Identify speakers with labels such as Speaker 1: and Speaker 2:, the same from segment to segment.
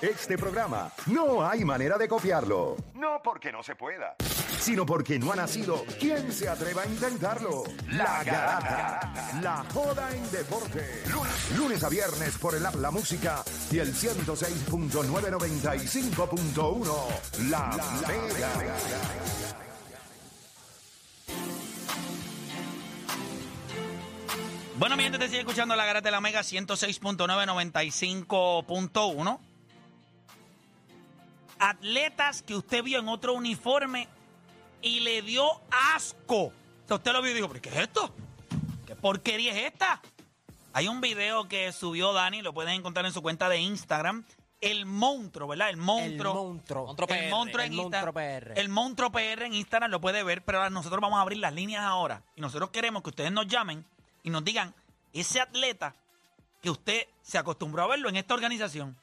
Speaker 1: Este programa no hay manera de copiarlo. No porque no se pueda, sino porque no ha nacido quien se atreva a intentarlo. La garata. La joda en deporte. Lunes, lunes a viernes por el app La Música y el 106.995.1. La, Mega.
Speaker 2: Bueno, mi gente, te sigue escuchando la garata de la Mega 106.995.1. Atletas que usted vio en otro uniforme y le dio asco. Entonces usted lo vio y dijo, ¿pero qué es esto? ¿Qué porquería es esta? Hay un video que subió Dani, lo pueden encontrar en su cuenta de Instagram. El monstruo, ¿verdad? El monstruo.
Speaker 3: El monstruo.
Speaker 2: El monstruo en
Speaker 3: El
Speaker 2: Insta-
Speaker 3: monstruo PR.
Speaker 2: El monstruo PR en Instagram lo puede ver, pero ahora nosotros vamos a abrir las líneas ahora. Y nosotros queremos que ustedes nos llamen y nos digan ese atleta que usted se acostumbró a verlo en esta organización.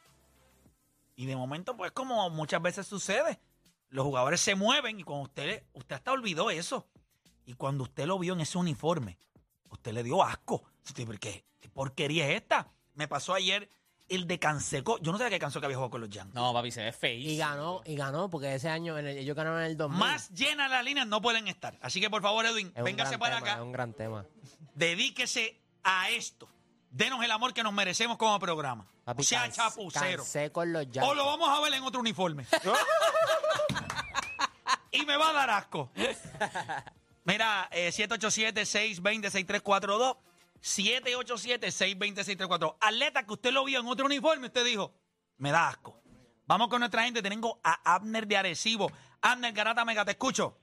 Speaker 2: Y de momento, pues, como muchas veces sucede, los jugadores se mueven y cuando usted, usted hasta olvidó eso. Y cuando usted lo vio en ese uniforme, usted le dio asco. Usted, ¿pero ¿Qué, ¿Qué porquería es esta? Me pasó ayer el de Canseco. Yo no sabía que Canseco había jugado con los Yankees.
Speaker 4: No, papi, se ve feísimo.
Speaker 3: Y ganó, y ganó, porque ese año en el- ellos ganaron en el 2000.
Speaker 2: Más llenas las líneas no pueden estar. Así que por favor, Edwin,
Speaker 3: Es un
Speaker 2: véngase
Speaker 3: gran
Speaker 2: para
Speaker 3: tema,
Speaker 2: acá.
Speaker 3: Es un gran tema.
Speaker 2: Dedíquese a esto. Denos el amor que nos merecemos como programa.
Speaker 3: Papi,
Speaker 2: sea
Speaker 3: can-
Speaker 2: chapucero.
Speaker 3: cansé con los
Speaker 2: O lo
Speaker 3: Yankees.
Speaker 2: vamos a ver en otro uniforme. y me va a dar asco. Mira, eh, 787-620-6342. 787-620-6342. Atleta que usted lo vio en otro uniforme, usted dijo, me da asco. Vamos con nuestra gente. Tengo a Abner de Arecibo. Abner Garata Mega, te escucho.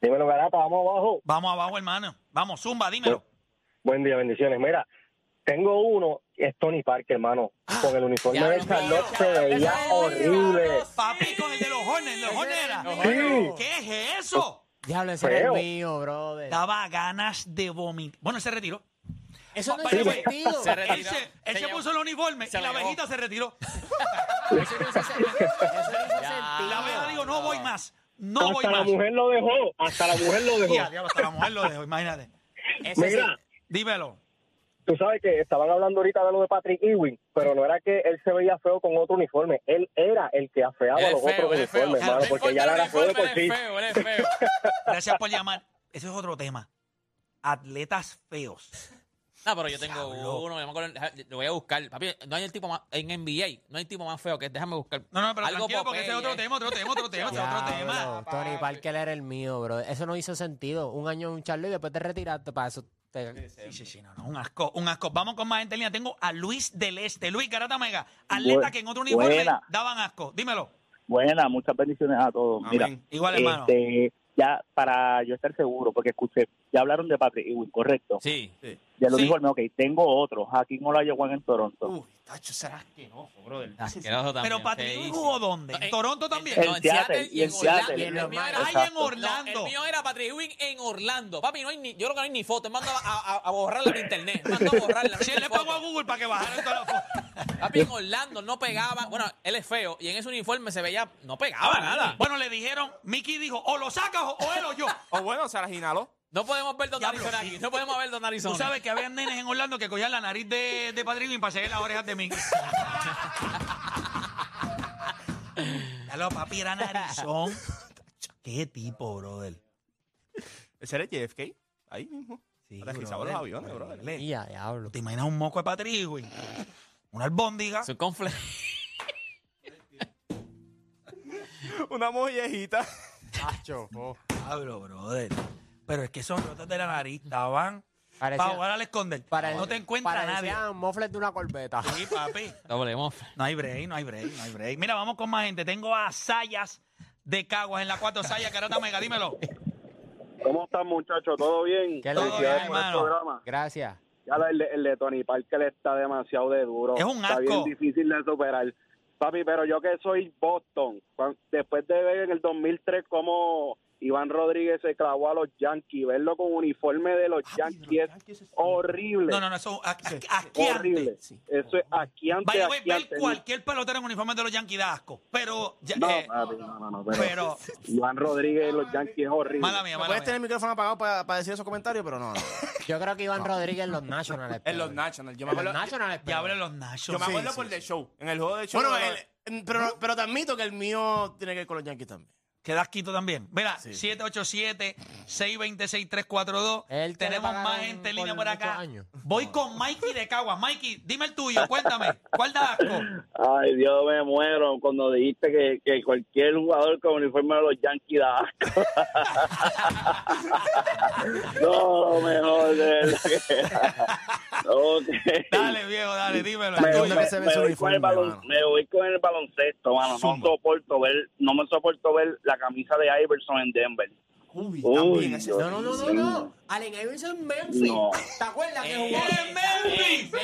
Speaker 5: Dímelo, Garata, vamos abajo.
Speaker 2: Vamos abajo, hermano. Vamos, Zumba, dímelo.
Speaker 5: Buen día, bendiciones. Mira, tengo uno, es Tony Parker, hermano. Con el uniforme
Speaker 4: ya
Speaker 5: del
Speaker 4: lo
Speaker 5: Charlotte
Speaker 4: veo,
Speaker 5: se
Speaker 4: ya lo
Speaker 5: veía
Speaker 4: veo.
Speaker 5: horrible.
Speaker 2: Papi, con el de los Hornets, los Hornets era.
Speaker 4: Los
Speaker 5: Hornets.
Speaker 2: ¿Qué es eso?
Speaker 3: Diablo, ese era el
Speaker 5: Feo.
Speaker 3: mío, brother.
Speaker 2: Daba ganas de vomitar. Bueno, él se retiró.
Speaker 3: Eso no
Speaker 2: Sí,
Speaker 3: es
Speaker 2: güey.
Speaker 3: sentido.
Speaker 4: Se re-
Speaker 2: Él
Speaker 4: retiró.
Speaker 2: se, él
Speaker 4: Se
Speaker 2: se
Speaker 4: llevó-
Speaker 2: puso el uniforme
Speaker 4: se
Speaker 2: y la
Speaker 4: la llevó.
Speaker 2: abejita se retiró.
Speaker 3: Eso no hizo sen- eso no hizo
Speaker 4: Ya.
Speaker 3: sentido.
Speaker 2: La abeja dijo, no voy más. No voy
Speaker 5: Hasta la
Speaker 2: más.
Speaker 5: mujer lo dejó, hasta la mujer lo
Speaker 2: Ya,
Speaker 5: dejó.
Speaker 2: diablo, hasta la mujer lo dejó, imagínate.
Speaker 3: Ese sí.
Speaker 5: Mira,
Speaker 2: Dímelo.
Speaker 5: tú sabes que estaban hablando ahorita de lo de Patrick Ewing, pero no era que él se veía feo con otro uniforme, él era el que afeaba
Speaker 4: Él es
Speaker 5: los
Speaker 4: feo,
Speaker 5: otros
Speaker 4: él es feo.
Speaker 5: uniformes, hermano,
Speaker 4: No
Speaker 5: porque ya
Speaker 4: importa
Speaker 5: la
Speaker 4: el
Speaker 5: era feo de por
Speaker 4: uniforme,
Speaker 5: sí.
Speaker 4: Él es feo, él es feo.
Speaker 2: Gracias por llamar. Ese es otro tema. Atletas feos.
Speaker 4: No, pero yo tengo
Speaker 2: Diablo.
Speaker 4: uno, yo me acuerdo, deja- lo voy a buscar. Papi, no hay el tipo más, en NBA, no hay tipo más feo que, déjame buscar.
Speaker 2: No, no, pero tranquilo porque
Speaker 4: Popeye,
Speaker 2: ese es otro
Speaker 4: eh.
Speaker 2: tema, otro tema, otro tema, ese es otro
Speaker 3: Diablo,
Speaker 2: tema.
Speaker 3: Tony Parker era el mío, bro. Eso no hizo sentido. Un año en un Charlotte y después te retiraste para eso. te-
Speaker 2: Sí,
Speaker 4: Em,
Speaker 2: sí, sí, no, no, un asco, un asco. Vamos con más gente en línea. Tengo a Luis del Este. Luis Garata Mega, atleta
Speaker 6: Bu-
Speaker 2: que en otro uniforme
Speaker 6: buena.
Speaker 2: daban asco. Dímelo.
Speaker 6: Buena, muchas bendiciones a todos.
Speaker 4: Amén.
Speaker 2: Igual,
Speaker 6: Mira,
Speaker 2: hermano.
Speaker 6: este, ya para yo estar seguro, porque escuché, ya hablaron de Patrick Ewing, correcto.
Speaker 4: Sí.
Speaker 6: Del
Speaker 2: Sí.
Speaker 6: uniforme, ok, tengo otro, Joaquín Olajuwon en Toronto.
Speaker 3: Ah,
Speaker 4: Asqueroso también.
Speaker 2: Pero Patrick
Speaker 4: feísimo.
Speaker 2: Ewing jugó dónde?
Speaker 4: No, eh,
Speaker 2: ¿En Toronto también?
Speaker 6: en Seattle, y en
Speaker 4: Orlando.
Speaker 6: Seattle.
Speaker 4: Y en
Speaker 3: Ay,
Speaker 4: el mío era-
Speaker 2: Ay, en Orlando.
Speaker 4: No, el mío era Patrick Ewing en Orlando. Papi, no hay ni, yo creo que no hay ni foto. Él mandaba a, a, a borrarla de internet. Él Mandó a borrarla. no
Speaker 2: Si
Speaker 4: hay
Speaker 2: él
Speaker 4: ni
Speaker 2: le pagó
Speaker 4: foto.
Speaker 2: a Google para que bajaran todas las fotos.
Speaker 4: Papi, en Orlando no pegaba. Bueno, él es feo. Y en ese uniforme se veía, no pegaba Ah, nada.
Speaker 2: Bueno, le dijeron, Mickey dijo, o lo sacas o- o él o yo.
Speaker 7: O bueno, Sara Ginaló.
Speaker 4: No podemos ver Don
Speaker 2: Diablo,
Speaker 4: Arizona
Speaker 2: sí.
Speaker 4: aquí. No podemos ver Don Arizona.
Speaker 2: Tú sabes que había nenes en Orlando que cogían la nariz de, de Patrick Ewing para seguir las orejas de Mickey. Ya lo papi era narizón. Qué tipo, brother.
Speaker 7: Ese era el JFK. Ahí mismo.
Speaker 2: Sí,
Speaker 7: Aterrizaba los aviones, brother.
Speaker 3: Ya, diablo.
Speaker 2: ¿Te imaginas un moco de Patrick Ewing? Una albóndiga.
Speaker 4: Su confle.
Speaker 7: Una mollejita.
Speaker 3: oh.
Speaker 2: Diablo, brother. Pero es que esos rotas de la nariz estaban para
Speaker 3: Parecía-
Speaker 2: jugar al esconder.
Speaker 3: Para
Speaker 2: no te encuentra nadie.
Speaker 3: mofles de una corbeta.
Speaker 2: Sí, papi.
Speaker 4: Doble mofle.
Speaker 2: No hay break, no hay break, no hay break. Mira, vamos con más gente. Tengo a Sayas de Caguas en la 4 Sayas, Carata Mega, dímelo.
Speaker 8: ¿Cómo están, muchachos? ¿Todo bien?
Speaker 3: ¿Qué es lo
Speaker 2: Todo
Speaker 3: que
Speaker 2: bien,
Speaker 3: hay,
Speaker 8: Por el
Speaker 2: hermano.
Speaker 8: programa.
Speaker 3: Gracias.
Speaker 8: Ya lo- el, de- el de Tony Parker está demasiado de duro.
Speaker 2: Es un
Speaker 8: Está
Speaker 2: asco.
Speaker 8: bien difícil de superar. Papi, pero yo que soy Boston, cuan- después de ver en el 2003 cómo Iván Rodríguez se clavó a los Yankees, verlo con uniforme de los Yankees es
Speaker 5: Oh,
Speaker 8: horrible.
Speaker 2: No, no, no, eso es aquí
Speaker 8: horrible. Eso es aquí
Speaker 2: Vaya, güey, ver
Speaker 8: asqueante.
Speaker 2: cualquier pelotero en uniforme de los Yankees da asco. Pero, ya-
Speaker 8: No,
Speaker 2: eh,
Speaker 8: papi, no, no, no, pero,
Speaker 2: pero,
Speaker 8: Iván Rodríguez y los Yankees es horrible.
Speaker 2: mala mía,
Speaker 7: No
Speaker 2: mala
Speaker 7: puedes tener
Speaker 2: mía.
Speaker 7: el micrófono apagado para decir esos comentarios, pero no. no.
Speaker 3: Yo creo que Iván Rodríguez en los Nationals.
Speaker 7: en los
Speaker 3: peor.
Speaker 7: Nationals. Yo me
Speaker 3: En los
Speaker 7: acuerdo,
Speaker 3: Nationals.
Speaker 2: Ya
Speaker 3: peor.
Speaker 2: hablan los nachos.
Speaker 7: yo me acuerdo
Speaker 3: sí,
Speaker 7: por
Speaker 3: sí,
Speaker 7: The Show. En el juego de Show.
Speaker 9: Bueno,
Speaker 7: no,
Speaker 9: el,
Speaker 7: Pero, pero te admito que el mío tiene que ver con los Yankees también.
Speaker 2: Quedas quito también. Mira,
Speaker 7: Sí.
Speaker 2: 787-626-342.
Speaker 3: Es el que le
Speaker 2: Tenemos
Speaker 3: pagan
Speaker 2: más gente en
Speaker 3: por
Speaker 2: línea por acá.
Speaker 3: muchos años.
Speaker 2: Voy con Mikey de Caguas. Mikey, dime el tuyo, cuéntame. ¿Cuál da asco?
Speaker 8: Ay, Dios, me muero cuando dijiste que, que cualquier jugador con uniforme de los Yankees da asco. no, mejor, de verdad que- Ok.
Speaker 2: Dale, viejo, dale, dímelo.
Speaker 7: Me-
Speaker 2: el
Speaker 7: ¿Dónde
Speaker 2: tuyo.
Speaker 7: que se ve
Speaker 8: me
Speaker 7: su
Speaker 8: voy con el
Speaker 7: uniforme,
Speaker 8: balon-
Speaker 7: mano?
Speaker 8: me voy con el baloncesto, mano.
Speaker 7: Zumba.
Speaker 8: No soporto ver, no me soporto ver la camisa de Iverson en Denver.
Speaker 7: Uy,
Speaker 8: Uy,
Speaker 7: también ese.
Speaker 8: Dios.
Speaker 3: No, no, no, no, no. Allen Iverson Memphis.
Speaker 8: No.
Speaker 3: ¿Te acuerdas que
Speaker 4: Eh,
Speaker 3: jugó?
Speaker 2: ¡En Memphis!
Speaker 4: eh,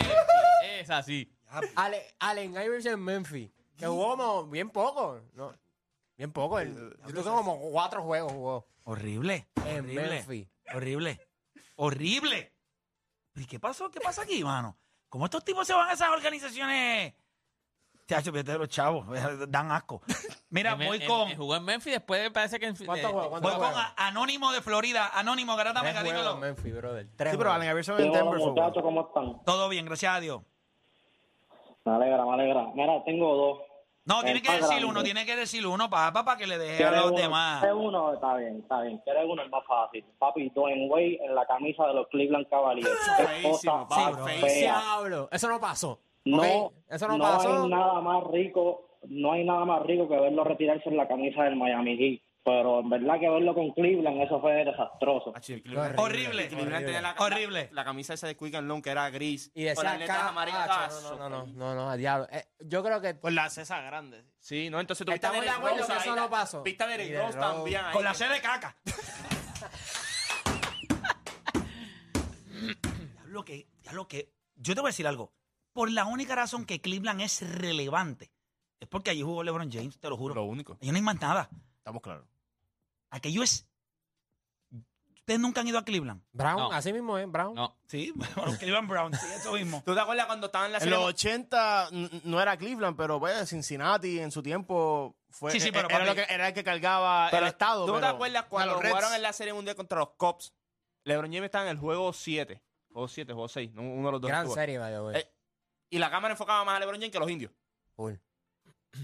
Speaker 4: eh, Es así.
Speaker 3: Ale- Allen Iverson Memphis. Que jugó como bien poco. No, bien poco. él-
Speaker 7: Eh,
Speaker 3: Yo creo que como cuatro juegos jugó
Speaker 2: Horrible.
Speaker 3: en
Speaker 2: Horrible.
Speaker 7: Eh,
Speaker 3: Memphis.
Speaker 2: Horrible. Horrible. ¿Y qué pasó? ¿Qué pasa aquí, mano? ¿Cómo estos tipos se van a esas organizaciones? Te hacho, vete de los chavos. Dan asco. Mira,
Speaker 4: En-
Speaker 2: voy
Speaker 4: en-
Speaker 2: con.
Speaker 4: en- Jugó en Memphis, después parece que en.
Speaker 3: ¿Cuántos
Speaker 4: eh,
Speaker 3: juegos? ¿Cuántos
Speaker 2: Voy con
Speaker 3: juegos?
Speaker 2: a- Anónimo de Florida. Anónimo, garata
Speaker 3: Tres
Speaker 2: mega,
Speaker 3: juegos
Speaker 2: dímelo.
Speaker 3: en Memphis, brother. Tres
Speaker 7: Sí, pero
Speaker 3: juegos.
Speaker 7: Allen Iverson en Denver fue bueno.
Speaker 6: ¿cómo están?
Speaker 2: Todo bien, gracias a Dios.
Speaker 6: Me alegra, me alegra. Mira, tengo dos.
Speaker 2: No, tiene que decir
Speaker 6: grande.
Speaker 2: uno, tiene que decir uno, papá, para que le deje a
Speaker 6: ¿Quieres
Speaker 2: los
Speaker 6: uno?
Speaker 2: demás.
Speaker 6: ¿Quieres uno? Está bien, está bien. ¿Quieres uno? Es más fácil. Papi, Dwayne Wade en la camisa de los Cleveland Cavaliers. Qué
Speaker 7: Ah, Feísimo,
Speaker 6: cosa
Speaker 7: papi,
Speaker 6: más
Speaker 7: feísimo.
Speaker 6: fea.
Speaker 3: Diablo, Eso no pasó.
Speaker 6: No,
Speaker 3: Ok, Eso no,
Speaker 6: no
Speaker 3: pasó.
Speaker 6: hay nada más rico, no hay nada más rico que verlo retirarse en la camisa del Miami Heat. Pero en verdad que verlo con Cleveland, eso fue desastroso.
Speaker 7: Ah, sí,
Speaker 3: Horrible.
Speaker 2: Horrible.
Speaker 7: Cleveland tenía la-
Speaker 2: Horrible.
Speaker 7: La camisa esa de Quick and Long que era gris.
Speaker 3: Y decía
Speaker 7: con las letras
Speaker 3: acá,
Speaker 7: amarillas.
Speaker 3: ah, no, no, no, no, no, no, a diablo. Eh, yo creo que
Speaker 7: Con las esas grandes. Sí, no, entonces tú
Speaker 3: Estamos de acuerdo que eso
Speaker 7: ahí,
Speaker 3: no
Speaker 7: la-
Speaker 3: pasó.
Speaker 7: Pista de
Speaker 3: Y
Speaker 7: Eric
Speaker 3: de
Speaker 7: Rose
Speaker 3: Rose.
Speaker 7: también. ahí.
Speaker 2: Con la C de caca. Diablo que, diablo que. Yo te voy a decir algo. Por la única razón que Cleveland es relevante es porque allí jugó LeBron James, te lo
Speaker 7: Lo
Speaker 2: juro.
Speaker 7: único.
Speaker 2: Allí no hay más nada.
Speaker 7: Estamos claros.
Speaker 2: Aquello es. Ustedes nunca han ido a Cleveland.
Speaker 3: Brown,
Speaker 4: No.
Speaker 3: así mismo es, Brown.
Speaker 4: No.
Speaker 2: Sí, bueno, Cleveland Brown, sí, eso mismo.
Speaker 7: ¿Tú te acuerdas cuando estaban en la
Speaker 9: En los
Speaker 7: serie-
Speaker 9: 80 n- no era Cleveland, pero pues, Cincinnati en su tiempo fue
Speaker 2: Sí, sí, pero
Speaker 9: era,
Speaker 2: papi-
Speaker 9: lo que, era el que cargaba
Speaker 7: Pero,
Speaker 9: el estado.
Speaker 7: ¿Tú no te
Speaker 9: pero-
Speaker 7: acuerdas
Speaker 9: a
Speaker 7: cuando
Speaker 9: los Reds.
Speaker 7: jugaron en la serie mundial contra los Cops? LeBron James estaba en el juego 7. Juego 7, juego 6. Uno de los dos.
Speaker 3: Gran
Speaker 7: estuvo.
Speaker 3: serie, by the way.
Speaker 7: Eh, Y la cámara enfocaba más a LeBron James que a los indios.
Speaker 3: Cool.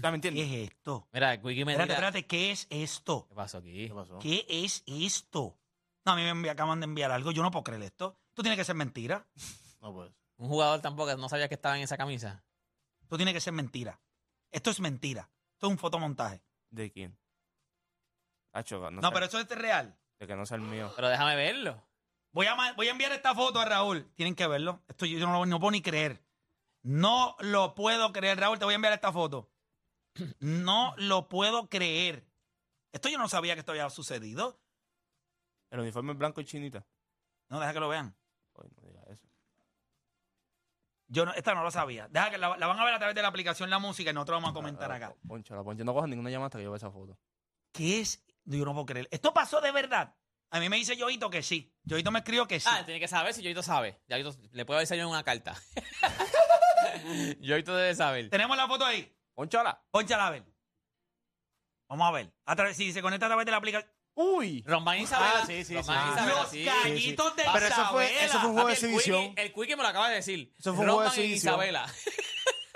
Speaker 7: ¿Ya me entiendes?
Speaker 2: ¿Qué es esto?
Speaker 4: Mira, Quickie me
Speaker 2: Espérate, espérate, ¿qué es esto?
Speaker 4: ¿Qué pasó aquí?
Speaker 2: ¿Qué es esto? No, a mí me envi- acaban de enviar algo, yo no puedo creer esto. Tú tienes que ser mentira.
Speaker 9: No, pues.
Speaker 4: Un jugador tampoco no sabía que estaba en esa camisa.
Speaker 2: Tú tienes que ser mentira. Esto es mentira. Esto es un fotomontaje.
Speaker 7: ¿De quién? Tacho, no,
Speaker 2: No,
Speaker 7: sé,
Speaker 2: pero eso es real.
Speaker 7: de que no sea el mío.
Speaker 4: Pero déjame verlo.
Speaker 2: Voy a, ma- voy a enviar esta foto a Raúl. Tienen que verlo. Esto yo, yo no lo no puedo ni creer. No lo puedo creer, Raúl. Te voy a enviar esta foto. No lo puedo creer. Esto yo no sabía que esto había sucedido.
Speaker 7: El uniforme es blanco y chinita.
Speaker 2: No, deja que lo vean.
Speaker 7: Ay, no digas eso.
Speaker 2: Yo no- esta no lo sabía. Deja que la, la van a ver a través de la aplicación La Música y nosotros vamos a comentar
Speaker 7: Ah,
Speaker 2: acá.
Speaker 7: Poncho, la poncho. No cojas ninguna llamada hasta que yo vea esa foto.
Speaker 2: ¿Qué es? Yo no puedo creer. ¿Esto pasó de verdad? A mí me dice Yoito que sí. Yoito me escribió que sí.
Speaker 4: Ah, tiene que saber si Yoito sabe. Ya Yoito- le puedo avisar yo en una carta. Yoito debe saber.
Speaker 2: Tenemos la foto ahí.
Speaker 7: ¡Ponchala!
Speaker 2: Pónchala a ver. Vamos a ver. A través- si se conecta a través de la aplicación.
Speaker 9: ¡Uy!
Speaker 4: Román y Isabela.
Speaker 9: Ah, sí, sí,
Speaker 4: Román
Speaker 9: sí.
Speaker 4: y Isabela,
Speaker 2: Los
Speaker 4: sí.
Speaker 2: gallitos de
Speaker 9: Pero eso fue-
Speaker 2: Isabela.
Speaker 9: eso fue un juego de
Speaker 4: Papi, el Quickie-
Speaker 9: exhibición.
Speaker 4: El Quickie me lo acaba de decir.
Speaker 9: Eso fue un
Speaker 4: Román
Speaker 9: juego de
Speaker 4: y
Speaker 9: exhibición.
Speaker 4: Isabela.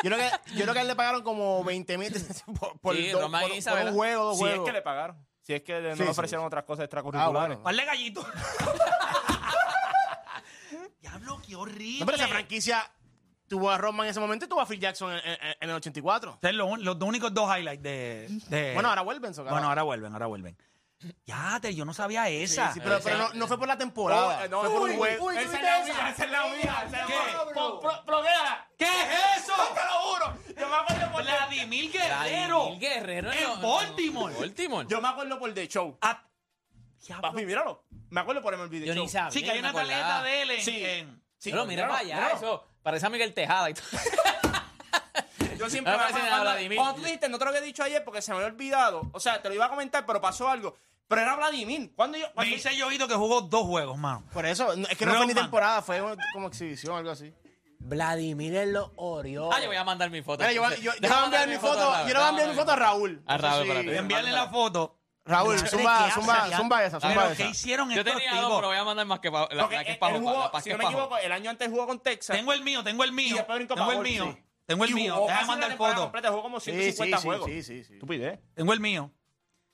Speaker 9: Yo creo que, yo creo que a él le pagaron como 20 mil por, por
Speaker 4: Sí,
Speaker 9: dos-
Speaker 4: Román
Speaker 9: por-
Speaker 4: y
Speaker 9: por
Speaker 4: Isabela.
Speaker 9: un juego, dos
Speaker 7: Si es
Speaker 9: juegos.
Speaker 7: que le pagaron. Si es que le- no
Speaker 9: Sí,
Speaker 7: le
Speaker 9: sí,
Speaker 7: ofrecieron
Speaker 9: sí.
Speaker 7: otras cosas extracurriculares.
Speaker 9: Ah, bueno.
Speaker 2: ¿Cuál de gallito? Diablo, qué horrible.
Speaker 9: No, pero esa franquicia tuvo a Rodman en ese momento y tuvo a Phil Jackson en, en- en el 84.
Speaker 2: Ustedes lo un- los, dos únicos dos highlights de. de-
Speaker 9: Bueno, ahora vuelven. so-
Speaker 2: Bueno, ahora vuelven, ahora vuelven. Ya, te- yo no sabía esa.
Speaker 9: Sí, pero, pero no, no fue por la temporada.
Speaker 7: No,
Speaker 9: fue por
Speaker 7: uy,
Speaker 9: un juego.
Speaker 7: uy,
Speaker 9: Esa
Speaker 7: ¿tuviste
Speaker 9: es la
Speaker 7: esa?
Speaker 9: mía, esa es la mía, esa es la mía.
Speaker 2: ¿Qué?
Speaker 9: Pro- pro- bloquea.
Speaker 2: ¿Qué es eso?
Speaker 9: Yo me acuerdo por-
Speaker 2: Vladimir Guerrero.
Speaker 4: Vladimir Guerrero.
Speaker 2: En
Speaker 4: no-
Speaker 2: Baltimore.
Speaker 4: Baltimore.
Speaker 9: Yo me acuerdo por The Show.
Speaker 2: Ah, diablo.
Speaker 9: Papi, míralo. Me acuerdo por el
Speaker 4: Yo
Speaker 9: video.
Speaker 4: ni sabía.
Speaker 2: Sí, que hay
Speaker 4: yo no
Speaker 2: una
Speaker 4: me acordaba.
Speaker 2: tarjeta de él en-
Speaker 9: Sí.
Speaker 2: en-
Speaker 9: Sí,
Speaker 4: Pero mira
Speaker 9: míralo,
Speaker 4: para allá,
Speaker 9: míralo.
Speaker 4: eso. Parece a Miguel Tejada y todo.
Speaker 7: Yo siempre
Speaker 4: No
Speaker 7: me
Speaker 4: me
Speaker 7: acuerdo
Speaker 4: parece nada,
Speaker 7: cuando-
Speaker 4: Vladimir.
Speaker 7: cuando tú dijiste, no te lo había dicho ayer porque se me había olvidado. O sea, te lo iba a comentar, pero pasó algo. Pero era Vladimir. Cuando yo.
Speaker 2: Me
Speaker 7: cuando-
Speaker 2: dice Yoito que jugó dos juegos, mano.
Speaker 9: Por eso, no, es que no fue ni
Speaker 2: Rodman.
Speaker 9: temporada, fue un- como exhibición, algo así.
Speaker 3: Vladimir en los Orioles.
Speaker 4: Ah, yo voy a mandar mi foto.
Speaker 9: Mira, yo, yo- yo le voy a
Speaker 4: Déjame
Speaker 9: enviar mi foto,
Speaker 4: Raúl,
Speaker 9: yo le voy a enviar
Speaker 4: déjame
Speaker 9: mi foto a Raúl.
Speaker 4: A Raúl,
Speaker 9: Sí.
Speaker 4: espérate.
Speaker 2: Envíale la foto.
Speaker 9: Raúl,
Speaker 2: Madre,
Speaker 9: zumba,
Speaker 2: ¿qué hace?
Speaker 9: zumba, zumba esa, zumba
Speaker 2: Pero, ¿qué
Speaker 9: esa.
Speaker 2: hicieron
Speaker 4: Yo
Speaker 2: estos
Speaker 4: tenía dos,
Speaker 2: tipos?
Speaker 4: pero voy a mandar más que para la,
Speaker 7: porque
Speaker 4: la que es
Speaker 7: él-
Speaker 4: pa'
Speaker 7: él
Speaker 4: Juan,
Speaker 7: jugó-
Speaker 4: la pa'
Speaker 7: si no
Speaker 4: que es
Speaker 7: me
Speaker 4: pa' Juan.
Speaker 7: equivoco, el año antes jugó con Texas.
Speaker 2: Tengo el mío, tengo el mío.
Speaker 7: después brincó
Speaker 2: Tengo
Speaker 7: pa'
Speaker 2: el
Speaker 7: Golfi.
Speaker 2: mío. Tengo el
Speaker 7: Y
Speaker 2: mío.
Speaker 7: jugó
Speaker 2: Déjame
Speaker 7: casi la
Speaker 2: mandar
Speaker 7: temporada
Speaker 2: foto.
Speaker 7: completa, Jugó como 150 juegos.
Speaker 9: sí, sí, sí.
Speaker 7: Estupidez.
Speaker 2: Tengo el mío.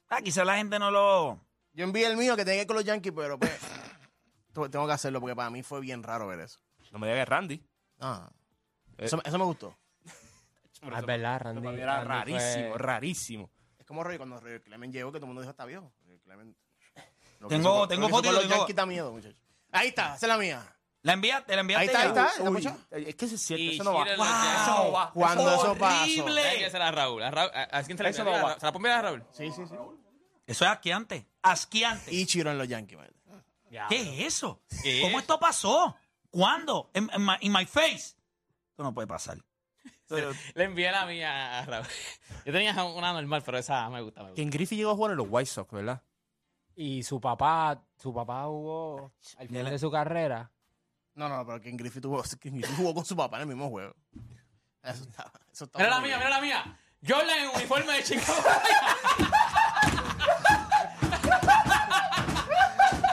Speaker 2: Ah, quizás la gente no lo.
Speaker 9: Yo envié el mío que tenía que ir con los Yankees, pero pues tu- tengo que hacerlo porque para mí fue bien raro ver eso.
Speaker 7: No me digas que es Randy.
Speaker 9: Ah.
Speaker 7: Eh.
Speaker 9: Eso, eso me gustó.
Speaker 3: Ah, es verdad, Randy.
Speaker 7: Era
Speaker 3: Randy fue-
Speaker 7: rarísimo, rarísimo.
Speaker 9: Es como Roger, cuando Roger Clemens llegó, que todo el mundo dijo, está viejo. Roger Clemens. Lo que
Speaker 2: Tengo-
Speaker 9: hizo con-
Speaker 2: tengo
Speaker 9: lo que hizo
Speaker 2: foto y
Speaker 9: con
Speaker 2: lo
Speaker 9: los
Speaker 2: tengo-
Speaker 9: Yankees da miedo, muchachos. Ahí está, esa es la mía.
Speaker 2: La enviaste, la enviaste.
Speaker 9: Ahí está,
Speaker 2: ya?
Speaker 9: ahí está. ¿la
Speaker 7: Uy,
Speaker 9: escucha?
Speaker 7: es que eso es cierto,
Speaker 4: Y
Speaker 7: eso no va.
Speaker 4: Sheeran-
Speaker 7: Guau,
Speaker 4: Eso no va.
Speaker 9: Cuando eso pasó.
Speaker 2: ¡Horrible!
Speaker 4: Hay que hacer a Raúl. A Raúl- a- a- ¿quién se la-
Speaker 7: Eso no va.
Speaker 4: ¿Se la pongo a Raúl?
Speaker 9: Sí, sí, sí.
Speaker 2: Eso es asqueante. Asqueante.
Speaker 9: Y Chiro en los Yankees, man.
Speaker 2: ¿Qué es eso?
Speaker 4: ¿Qué
Speaker 2: ¿Cómo
Speaker 4: es?
Speaker 2: esto pasó? ¿Cuándo? En en my, in my face. Esto no puede pasar.
Speaker 4: Le envié la mía a Raúl. Yo tenía una normal, pero esa me gusta. Me gusta.
Speaker 7: Ken Griffey llegó a jugar en los White Sox, ¿verdad?
Speaker 3: Y su papá, su papá jugó al final de su carrera.
Speaker 9: No, no, pero Ken Griffey, tuvo, Ken Griffey jugó con su papá en el mismo juego. Eso estaba. Eso estaba
Speaker 4: Mira la
Speaker 9: muy
Speaker 4: mía,
Speaker 9: bien.
Speaker 4: mira la mía. Jordan en uniforme de Chicago.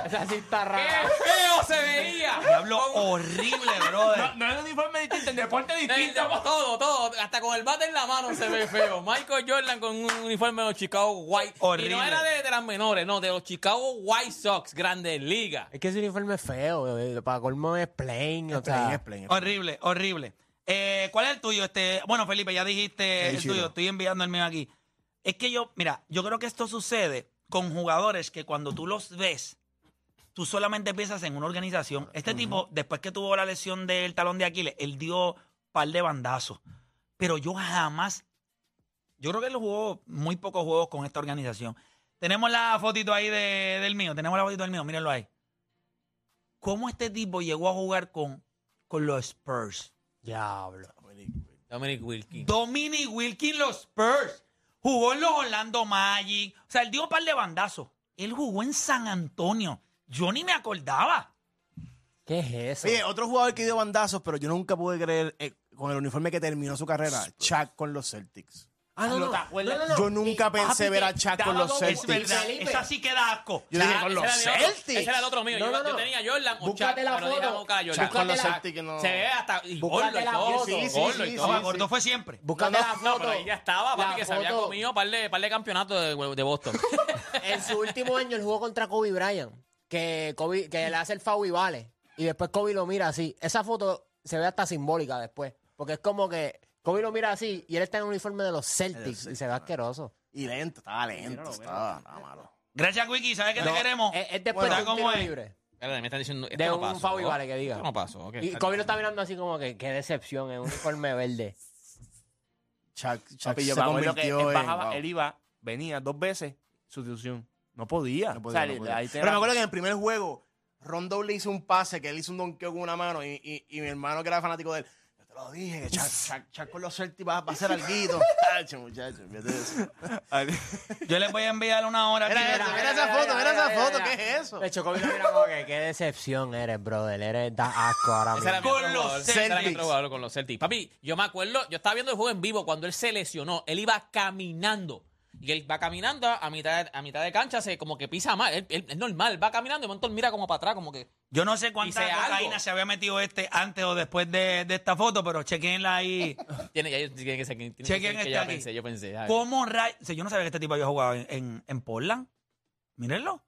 Speaker 3: Esa sí está
Speaker 4: ¡Qué
Speaker 3: rara.
Speaker 4: feo se veía!
Speaker 2: Diablo
Speaker 4: Con-
Speaker 2: horrible,
Speaker 7: No,
Speaker 2: brother.
Speaker 7: no es un uniforme distinto, el deporte es distinto.
Speaker 4: Todo, todo, hasta con el bate en la mano se ve feo. Michael Jordan con un uniforme de los Chicago White.
Speaker 2: Horrible.
Speaker 4: Y no era de, de las menores, no, de los Chicago White Sox, Grandes Ligas.
Speaker 3: Es que ese uniforme es feo. eh, Para colmo es plain. O
Speaker 9: Plain,
Speaker 3: sea,
Speaker 9: es plain, es plain.
Speaker 2: Horrible, horrible. Eh, ¿Cuál es el tuyo? Este, bueno, Felipe, ya dijiste el,
Speaker 9: El Chiro.
Speaker 2: tuyo. Estoy enviando el mío aquí. Es que yo, mira, yo creo que esto sucede con jugadores que cuando tú los ves, tú solamente piensas en una organización. Este tipo, después que tuvo la lesión del talón de Aquiles, él dio par de bandazos. Pero yo jamás, yo creo que él jugó muy pocos juegos con esta organización. Tenemos la fotito ahí de- del mío, tenemos la fotito del mío, mírenlo ahí. ¿Cómo este tipo llegó a jugar con, con los Spurs?
Speaker 3: Diablo.
Speaker 4: Dominic Wilkins.
Speaker 2: Dominic Wilkins, los Spurs. Jugó en los Orlando Magic. O sea, él dio un par de bandazos. Él jugó en San Antonio. Yo ni me acordaba.
Speaker 3: ¿Qué es eso?
Speaker 9: Oye, otro jugador que dio bandazos, pero yo nunca pude creer eh, con el uniforme que terminó su carrera, Chuck con los Celtics.
Speaker 2: Ah, no, no.
Speaker 9: Yo nunca pensé ver a Chuck con los
Speaker 2: Es
Speaker 9: Celtics.
Speaker 2: verdad. Esa sí que da asco.
Speaker 9: Yo dije, con los
Speaker 4: Ese era el otro,
Speaker 9: Celtics.
Speaker 4: Ese era el otro mío.
Speaker 3: No,
Speaker 4: yo,
Speaker 3: no,
Speaker 4: yo
Speaker 3: no.
Speaker 4: tenía Jordan o Chuck,
Speaker 3: Búscate la
Speaker 4: pero dije,
Speaker 3: foto.
Speaker 4: vamos acá, Jordan.
Speaker 9: Chuck con los
Speaker 3: Búscate la-
Speaker 9: Celtics, no.
Speaker 4: Se ve hasta. Y gordo y
Speaker 3: Búscate la
Speaker 4: todo.
Speaker 3: foto. Sí, sí,
Speaker 4: gordo y
Speaker 9: sí,
Speaker 4: todo.
Speaker 9: sí.
Speaker 2: No, gordo fue siempre.
Speaker 3: Buscando la
Speaker 4: No,
Speaker 3: foto.
Speaker 4: pero ahí ya estaba, papi,
Speaker 3: La
Speaker 4: que se había
Speaker 3: foto.
Speaker 4: comido par de, par de campeonatos de, de Boston.
Speaker 3: En su último año él jugó contra Kobe Bryant, que Kobe que le hace el foul y vale. Y después Kobe lo mira así. Esa foto se ve hasta simbólica después, porque es como que Kobe lo mira así y él está en el uniforme de los Celtics y se
Speaker 9: ah.
Speaker 3: ve asqueroso.
Speaker 9: Y lento, estaba lento, estaba, estaba malo.
Speaker 2: Gracias, Wiki. ¿Sabes que te queremos?
Speaker 3: Es, es después
Speaker 2: Bueno,
Speaker 3: de un
Speaker 2: ¿cómo
Speaker 3: tiro
Speaker 2: es?
Speaker 3: libre.
Speaker 4: Espérate, me están diciendo. Esto
Speaker 3: De
Speaker 4: no
Speaker 3: un
Speaker 4: pasó.
Speaker 3: Fabi Vale que diga.
Speaker 4: Esto no pasó. ok.
Speaker 3: Y Kobe lo está mirando así como que qué decepción, en un uniforme verde.
Speaker 9: Chuck, Chuck
Speaker 7: Papi, yo
Speaker 9: se
Speaker 7: me acuerdo que
Speaker 9: convirtió
Speaker 7: él
Speaker 9: en...
Speaker 7: bajaba,
Speaker 9: wow.
Speaker 7: él iba, venía dos veces, sustitución. No podía.
Speaker 9: No podía,
Speaker 7: O sea,
Speaker 9: no podía.
Speaker 7: ahí te
Speaker 9: Pero me
Speaker 7: da-
Speaker 9: acuerdo que en el primer juego, Rondo le hizo un pase que él hizo un donqueo con una mano y, y- y mi hermano que era fanático de él. Yo te lo dije, que Chuck, Chuck, Chuck con los Celtics va, va a ser alguito. Chacho, muchacho, fíjate eso.
Speaker 2: Yo les voy a enviar una hora aquí.
Speaker 9: Mira,
Speaker 2: Mira,
Speaker 9: mira, mira esa foto, mira esa foto, ¿qué es eso?
Speaker 3: De hecho, Kobe lo mira como que qué decepción eres, brother. Eres da asco ahora
Speaker 4: Ese era
Speaker 3: mismo.
Speaker 4: mi otro
Speaker 2: Con los
Speaker 4: jugador. Ese era mi
Speaker 9: Celtics.
Speaker 4: otro jugador con los Celtics. Papi, yo me acuerdo, yo estaba viendo el juego en vivo cuando él se lesionó. Él iba caminando. Y él va caminando a mitad de, a mitad de cancha, se como que pisa mal. Él, él- es normal, va caminando y de momento él mira como para atrás, como que.
Speaker 2: Yo no sé cuánta
Speaker 4: Hice algo.
Speaker 2: cocaína se había metido este antes o después de, de esta foto, pero chequenla ahí.
Speaker 4: Tiene, ya- tiene que ser tiene que,
Speaker 2: Chequen
Speaker 4: ser que
Speaker 2: este
Speaker 4: ya
Speaker 2: aquí.
Speaker 4: pensé, yo pensé. ay.
Speaker 2: ¿Cómo ray- O sea, yo no sabía que este tipo había jugado en, en, en Portland. Mírenlo.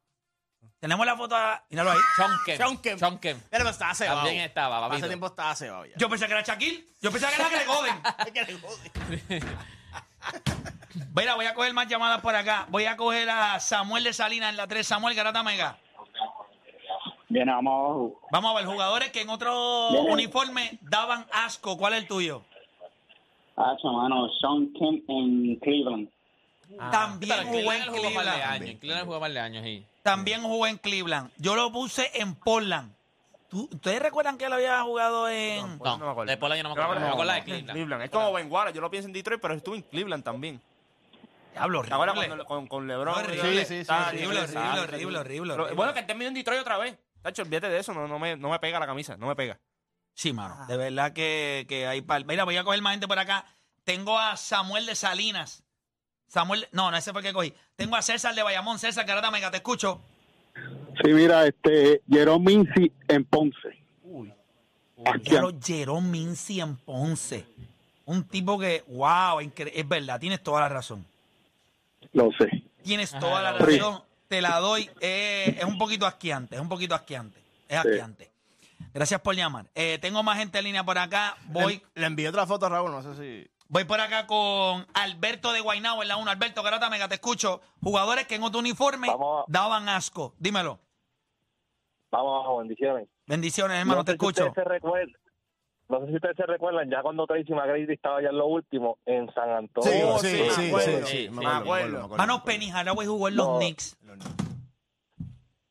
Speaker 2: Tenemos la foto. a- Míralo ahí.
Speaker 4: Sean Kemp.
Speaker 9: Sean Kemp.
Speaker 4: Sean Kemp.
Speaker 9: Mira, pero estaba cebado.
Speaker 4: También estaba, papito.
Speaker 9: Hace tiempo estaba cebado ya.
Speaker 2: Yo pensaba que era Shaquille. Yo pensaba que era Greg Oden. Mira, voy a coger más llamadas por acá. Voy a coger a Samuel de Salinas en la 3. Samuel Garata Mega.
Speaker 8: Bien, vamos.
Speaker 2: Vamos a ver, jugadores que en otro uniforme daban asco. ¿Cuál es el tuyo?
Speaker 8: Ah, mano, Sean Kemp en Cleveland.
Speaker 2: También
Speaker 4: Ah, Pero
Speaker 2: jugó en
Speaker 4: Cleveland jugó par de
Speaker 2: Cleveland.
Speaker 4: años. en Cleveland jugó par de años, sí.
Speaker 2: También jugó en Cleveland. Yo lo puse en Portland. ¿Tú- ¿Ustedes recuerdan que él había jugado en...?
Speaker 7: Portland no me acuerdo.
Speaker 4: de Portland yo no me acuerdo, me acuerdo de Cleveland.
Speaker 7: Es como Ben Wallace, yo lo pienso en Detroit, pero estuvo en Cleveland también.
Speaker 2: Diablo,
Speaker 7: ¿Te acuerdas
Speaker 2: horrible.
Speaker 7: cuando- con, con LeBron?
Speaker 2: Horrible.
Speaker 9: Sí, sí, sí,
Speaker 7: Está
Speaker 2: horrible,
Speaker 7: horrible,
Speaker 2: horrible,
Speaker 7: está
Speaker 2: horrible, horrible,
Speaker 7: Lo-
Speaker 2: horrible.
Speaker 7: Bueno, que terminó en Detroit otra vez. Tacho, olvídate de eso, no, no, me, no me pega la camisa, no me pega.
Speaker 2: Sí, mano. De verdad que, que hay par. Mira, voy a coger más gente por acá. Tengo a Samuel de Salinas. Samuel, no, no, ese fue el que cogí. Tengo a César de Bayamón. César, carata mega, te escucho.
Speaker 5: Sí, mira, este, Jerome Mincy en Ponce.
Speaker 2: Claro, Jerón Minci en Ponce. Un tipo que, wow, incre- es verdad, tienes toda la razón.
Speaker 8: No sé.
Speaker 2: Tienes toda la
Speaker 8: no. Sí.
Speaker 2: razón, te la doy. Eh, es un poquito asqueante, es un poquito asqueante. Es
Speaker 8: Sí.
Speaker 2: asqueante. Gracias por llamar. Eh, tengo más gente en línea por acá. Voy,
Speaker 9: Le, le envié otra foto a Raúl, no sé si.
Speaker 2: voy por acá con Alberto de Guaynabo en la 1. Alberto, Garata Mega, te escucho. Jugadores que en otro uniforme
Speaker 5: Vamos.
Speaker 2: daban asco. Dímelo.
Speaker 5: Vamos abajo, bendiciones.
Speaker 2: Bendiciones, hermano,
Speaker 5: No
Speaker 2: te
Speaker 5: sé si
Speaker 2: escucho.
Speaker 5: ustedes se recuerdan- no sé si ustedes se recuerdan, ya cuando Tracy McGrady estaba ya en lo último, en San Antonio.
Speaker 7: Oh, sí, me acuerdo.
Speaker 9: me
Speaker 7: Me
Speaker 9: acuerdo, me
Speaker 7: acuerdo.
Speaker 9: acuerdo, me acuerdo.
Speaker 2: Mano, Penny Haraway jugó en los
Speaker 5: No.
Speaker 2: Knicks.